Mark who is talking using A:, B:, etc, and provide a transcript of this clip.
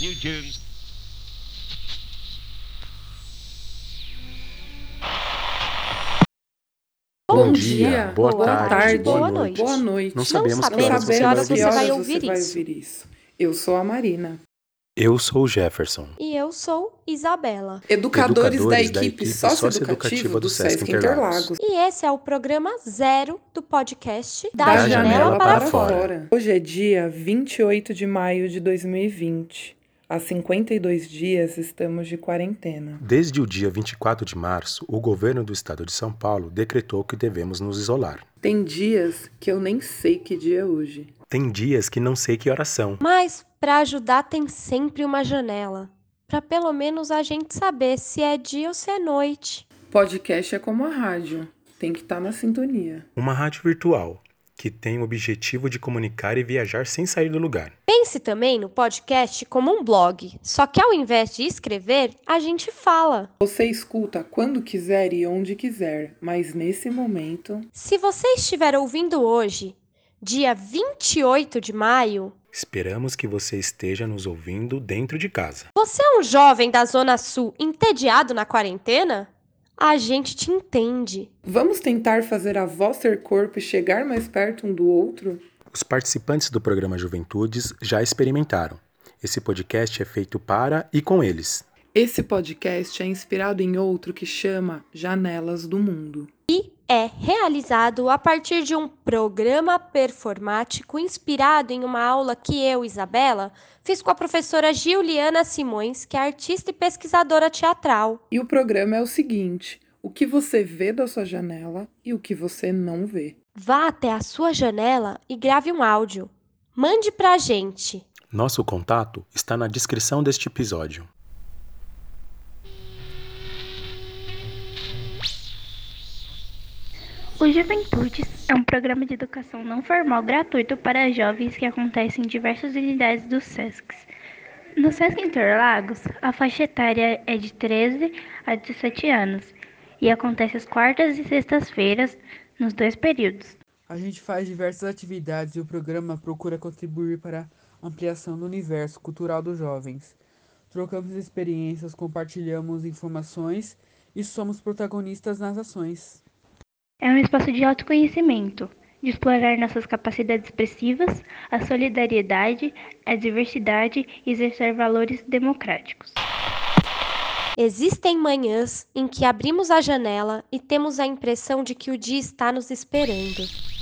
A: new tunes.
B: Bom, dia, boa, tarde, boa,
C: boa
B: noite.
C: noite.
D: Boa noite.
B: Não sabemos,
C: Não
B: que
C: sabemos
B: horas
C: que horas você
B: você vai ouvir.
C: vai
B: isso.
D: você
C: ouvir
D: vai
C: isso.
D: ouvir isso. Eu sou a Marina.
B: Eu sou o Jefferson.
C: E eu sou Isabela.
D: Educadores,
B: Educadores
D: da
B: da
D: equipe
B: equipe
D: socioeducativa
B: socioeducativa
D: do
B: do
D: Sesc
B: Sesc
D: Interlagos.
C: E esse é o programa zero do podcast Da,
B: Da
C: Janela,
B: Janela
C: para,
B: para
C: Fora.
B: Fora.
D: Hoje é dia 28 de maio de 2020. Há 52 dias estamos de quarentena.
B: Desde o dia 24 de março, o governo do estado de São Paulo decretou que devemos nos isolar.
D: Tem dias que eu nem sei que dia é hoje.
B: Tem dias que não sei que horas são.
C: Mas para ajudar tem sempre uma janela. Para pelo menos a gente saber se é dia ou se é noite.
D: Podcast é como a rádio. Tem que estar na sintonia.
B: Uma rádio virtual que tem o objetivo de comunicar e viajar sem sair do lugar.
C: Pense também no podcast como um blog, só que ao invés de escrever, a gente fala.
D: Você escuta quando quiser e onde quiser, mas nesse momento
C: Se você estiver ouvindo hoje, dia 28 de maio,
B: Esperamos que você esteja nos ouvindo dentro de casa.
C: Você é um jovem da Zona Sul entediado na quarentena? A gente te entende.
D: Vamos tentar fazer a voz ter corpo e chegar mais perto um do outro?
B: Os participantes do programa Juventudes já experimentaram. Esse podcast é feito para e com eles.
D: Esse podcast é inspirado em outro que chama Janelas do Mundo.
C: É realizado a partir de um programa performático inspirado em uma aula que eu, Isabela, fiz com a professora Giuliana Simões, que é artista e pesquisadora teatral.
D: E o programa é o seguinte: o que você vê da sua janela e o que você não vê.
C: Vá até a sua janela e grave um áudio. Mande pra gente.
B: Nosso contato está na descrição deste episódio.
E: O Juventudes é um programa de educação não formal gratuito para jovens que acontece em diversas unidades do SESCs. No SESC Interlagos, a faixa etária é de 13 a 17 anos e acontece às quartas e sextas-feiras nos dois períodos.
F: A gente faz diversas atividades e o programa procura contribuir para a ampliação do universo cultural dos jovens. Trocamos experiências, compartilhamos informações e somos protagonistas nas ações.
E: É um espaço de autoconhecimento, de explorar nossas capacidades expressivas, a solidariedade, a diversidade e exercer valores democráticos.
C: Existem manhãs em que abrimos a janela e temos a impressão de que o dia está nos esperando.